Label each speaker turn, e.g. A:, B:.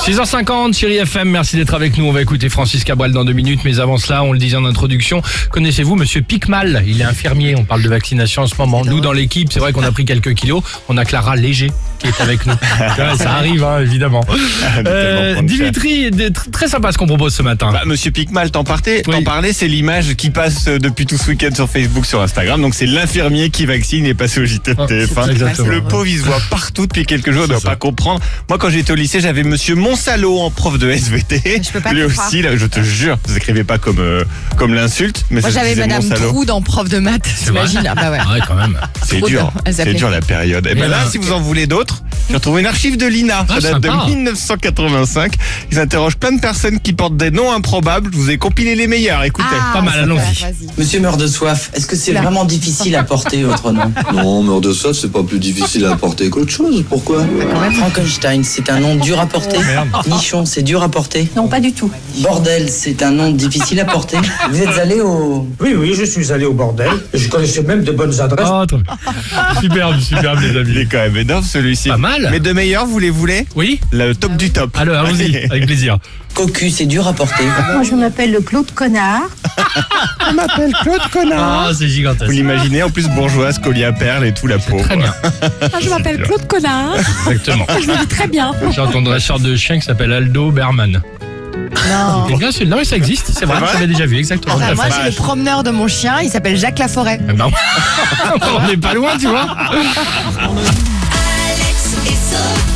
A: 6h50, Chérie FM, merci d'être avec nous. On va écouter Francis Cabrel dans deux minutes, mais avant cela, on le disait en introduction, connaissez-vous Monsieur Picmal Il est infirmier, on parle de vaccination en ce moment. Nous, dans l'équipe, c'est vrai qu'on a pris quelques kilos. On a Clara Léger qui est avec nous. Tu vois, Ça arrive, hein, évidemment. Euh,
B: Tellement
A: Dimitri, des- tr- très sympa ce qu'on propose ce matin.
B: Bah, Monsieur Picmal, t'en partais-
A: Oui.
B: t'en parlais, c'est l'image qui passe euh, depuis tout ce week-end sur Facebook, sur Instagram. Donc c'est l'infirmier qui vaccine et passe au JT de
A: Ah,
B: TF1.
A: exactement.
B: hein. Le pauvre, il se voit partout depuis quelques jours, on doit
A: ça.
B: pas comprendre. Moi, quand j'étais au lycée, j'avais Monsieur Monsalo en prof de SVT.
C: Je peux pas
B: Lui
C: te
B: aussi, là, je te jure, vous écrivez pas comme euh, comme l'insulte, mais
C: Moi
B: ça se
C: j'avais
B: disait
C: Madame
B: Monsalo.
C: Proud en prof de maths,
A: vrai
C: t'imagines Ah bah ouais.
A: Ah ouais, quand même.
B: C'est
C: Proud,
B: dur,
C: elle
B: c'est
C: s'appelait.
B: dur la période. Et
A: Et
B: ben là,
A: ben-
B: si vous en voulez d'autres, j'ai retrouvé une archive de l'INA.
A: Ah,
B: Ça date
A: sympa.
B: de 1985. Ils interrogent plein de personnes qui portent des noms improbables. Je vous ai compilé les meilleurs. Écoutez.
A: pas mal,
C: super,
A: allons-y.
C: vas-y.
D: Monsieur meurt de soif, est-ce que c'est
C: Là.
D: vraiment difficile à porter votre nom
E: Non, meurt de soif, c'est pas plus difficile à porter qu'autre chose. Pourquoi
D: Frankenstein, c'est un nom dur à porter. Nichon, c'est dur à porter.
F: Non, pas du tout.
D: Bordel, c'est un nom difficile à porter. Vous êtes allé au...
G: Oui, oui, je suis allé au bordel. Et je connaissais même de bonnes adresses.
A: Ah, trop bien. superbe, superbe, les
B: Il est
A: amis.
B: quand même énorme celui-ci.
A: Pas mal.
B: Mais de meilleurs, vous les voulez
A: Oui
B: Le top du top.
A: Alors, allons-y, avec plaisir.
D: Cocu, c'est dur à porter.
F: Moi, je m'appelle le Claude Connard.
A: Ah, c'est
B: Vous
A: gigantesque.
B: l'imaginez, en plus bourgeoise, collier à perles et tout, la peau.
A: Très bien,
F: je m'appelle Claude Connard.
A: exactement.
F: Je me dis très bien.
A: J'ai entendu un dresseur de chien qui s'appelle Aldo Berman. Oh,
C: Non.
A: Et bien, c'est- Non, mais ça existe, c'est vrai,
B: C'est vrai
A: j'avais déjà vu, exactement. tout
C: Enfin,
A: à
C: bah, moi
A: fait.
C: j'ai le promeneur de mon chien, il s'appelle Jacques Laforêt.
A: Eh ben, on n'est pas loin, tu vois.
H: Alex et Sophie.